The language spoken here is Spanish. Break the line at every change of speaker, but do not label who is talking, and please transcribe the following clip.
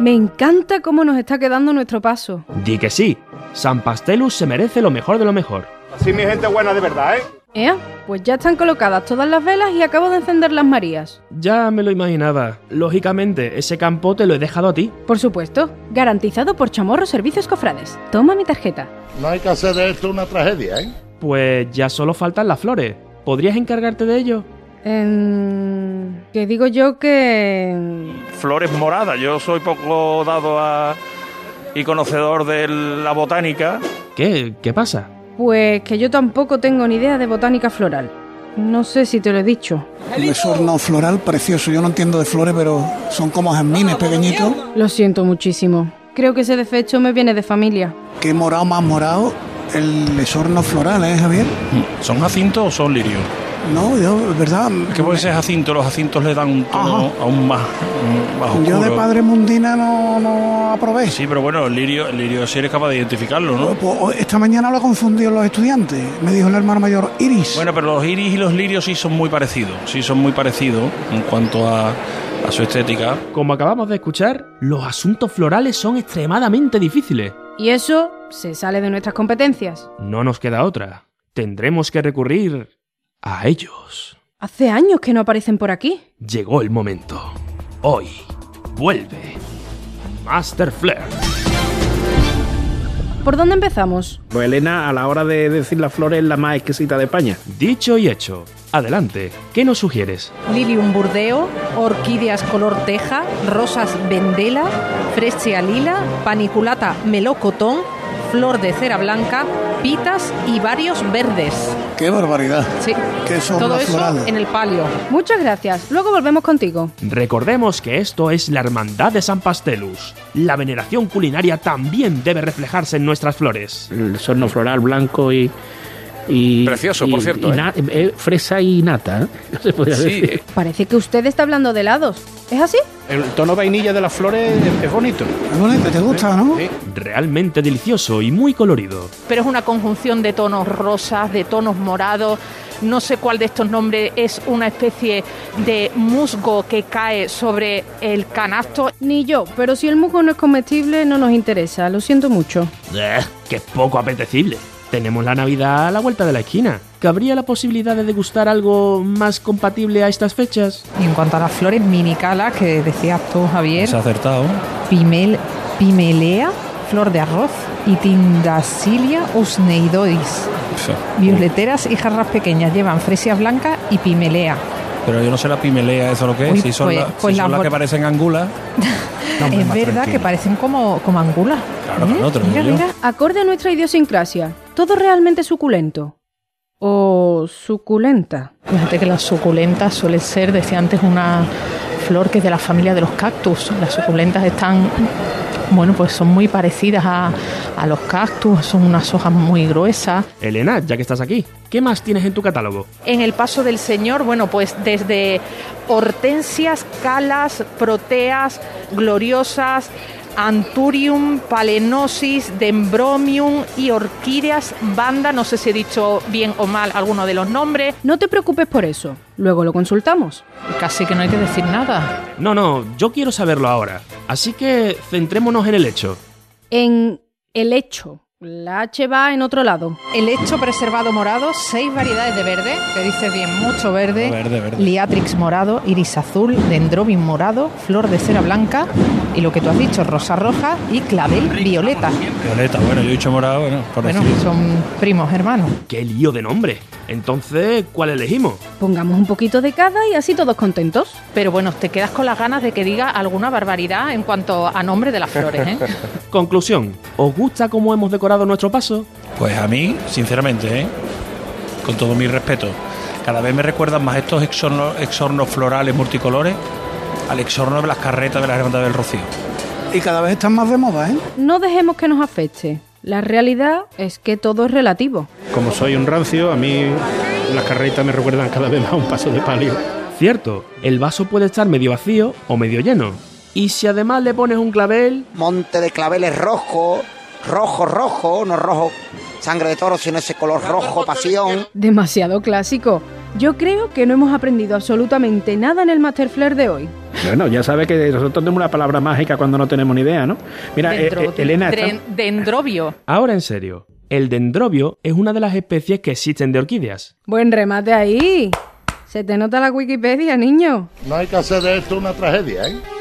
Me encanta cómo nos está quedando nuestro paso.
Di que sí, San Pastelus se merece lo mejor de lo mejor.
Así mi gente buena de verdad, ¿eh?
Ea, pues ya están colocadas todas las velas y acabo de encender las Marías.
Ya me lo imaginaba. Lógicamente, ese campo te lo he dejado a ti.
Por supuesto, garantizado por Chamorro Servicios Cofrades. Toma mi tarjeta.
No hay que hacer de esto una tragedia, ¿eh?
Pues ya solo faltan las flores. ¿Podrías encargarte de ello?
Em, que digo yo que...
Flores moradas, yo soy poco dado a y conocedor de la botánica.
¿Qué? ¿Qué pasa?
Pues que yo tampoco tengo ni idea de botánica floral. No sé si te lo he dicho.
Un desorno floral precioso. Yo no entiendo de flores, pero son como jazmines pequeñitos.
Lo siento muchísimo. Creo que ese defecto me viene de familia.
Qué morado más morado. El desorno floral, ¿eh, Javier?
¿Son jacintos o son lirios?
No, yo, es verdad.
Que puede ser jacinto, los jacintos le dan un tono aún más, mm, más oscuro.
Yo de padre mundina no, no aprobé.
Sí, pero bueno, el lirio, el lirio sí eres capaz de identificarlo, ¿no?
Pues, hoy- esta mañana lo confundieron los estudiantes. Me dijo el hermano mayor, Iris.
Bueno, pero los iris y los lirios sí son muy parecidos, sí son muy parecidos en cuanto a, a su estética.
Como acabamos de escuchar, los asuntos florales son extremadamente difíciles.
Y eso se sale de nuestras competencias.
No nos queda otra. Tendremos que recurrir a ellos.
Hace años que no aparecen por aquí.
Llegó el momento. Hoy vuelve Master Flair.
¿Por dónde empezamos?
Pues Elena, a la hora de decir las flores, es la más exquisita de España.
Dicho y hecho. Adelante. ¿Qué nos sugieres?
Lilium burdeo, orquídeas color teja, rosas vendela, fresia lila, paniculata melocotón, flor de cera blanca, pitas y varios verdes.
Qué barbaridad.
Sí.
Qué sorna
Todo eso
floral.
en el palio.
Muchas gracias. Luego volvemos contigo.
Recordemos que esto es la Hermandad de San Pastelus. La veneración culinaria también debe reflejarse en nuestras flores.
El sorno floral blanco y. y-
Precioso,
y-
por cierto,
y
¿eh?
na- eh, fresa y nata, ¿eh? No se podría decir.
Parece que usted está hablando de helados. ¿Es así?
El tono vainilla de las flores es bonito.
Es bonito, te gusta, ¿no?
Realmente delicioso y muy colorido.
Pero es una conjunción de tonos rosas, de tonos morados. No sé cuál de estos nombres es una especie de musgo que cae sobre el canasto.
Ni yo, pero si el musgo no es comestible, no nos interesa. Lo siento mucho.
¡Ugh! ¡Qué poco apetecible! Tenemos la Navidad a la vuelta de la esquina. ¿Cabría la posibilidad de degustar algo más compatible a estas fechas?
Y en cuanto a las flores minicalas que decías tú, Javier,
Se ha acertado.
Pimel, Pimelea, flor de arroz y Tindasilia usneidoides. Violeteras y jarras pequeñas llevan fresia blanca y pimelea.
Pero yo no sé la pimelea, eso lo que es.
Uy,
si son,
pues-
la-
pues
si son
la
las que
bor-
parecen angulas.
es verdad que parecen como, como angulas. ¿Eh?
Claro, claro, te lo
mira,
digo yo.
mira.
Acorde a nuestra idiosincrasia, todo realmente suculento. O suculenta.
Fíjate que las suculentas suelen ser, decía antes, una flor que es de la familia de los cactus. Las suculentas están, bueno, pues son muy parecidas a, a los cactus, son unas hojas muy gruesas.
Elena, ya que estás aquí, ¿qué más tienes en tu catálogo?
En el paso del Señor, bueno, pues desde hortensias, calas, proteas, gloriosas, anturium, palenosis, dendromium y orquídeas, banda, no sé si he dicho bien o mal alguno de los nombres.
No te preocupes por eso. Luego lo consultamos.
Casi que no hay que decir nada.
No, no, yo quiero saberlo ahora. Así que centrémonos en el hecho.
En el hecho. La H va en otro lado.
El hecho preservado morado, seis variedades de verde, que dice bien, mucho verde.
Verde, verde.
Liatrix morado, iris azul, dendrobium morado, flor de cera blanca y lo que tú has dicho, rosa roja y clavel violeta.
Violeta, bueno, yo he dicho morado, bueno, por
Bueno,
decir.
son primos, hermanos.
¡Qué lío de nombre! Entonces, ¿cuál elegimos?
Pongamos un poquito de cada y así todos contentos.
Pero bueno, te quedas con las ganas de que diga alguna barbaridad en cuanto a nombre de las flores, ¿eh?
Conclusión, ¿os gusta cómo hemos decorado nuestro paso?
Pues a mí, sinceramente, ¿eh? con todo mi respeto, cada vez me recuerdan más estos exorno- exornos florales multicolores al exorno de las carretas de la Hermandad del Rocío.
Y cada vez están más de moda, ¿eh?
No dejemos que nos afecte. La realidad es que todo es relativo.
Como soy un rancio, a mí las carretas me recuerdan cada vez más a un paso de palio.
Cierto, el vaso puede estar medio vacío o medio lleno. Y si además le pones un clavel,
monte de claveles rojo, rojo, rojo, no rojo, sangre de toro, sino ese color rojo, pasión.
Demasiado clásico. Yo creo que no hemos aprendido absolutamente nada en el Master Flair de hoy.
Bueno, ya sabes que nosotros tenemos una palabra mágica cuando no tenemos ni idea, ¿no? Mira, eh, eh,
Dendro-
Elena, está-
dren- Dendrobio.
Ahora en serio, el dendrobio es una de las especies que existen de orquídeas.
Buen remate ahí. Se te nota la Wikipedia, niño.
No hay que hacer de esto una tragedia, ¿eh?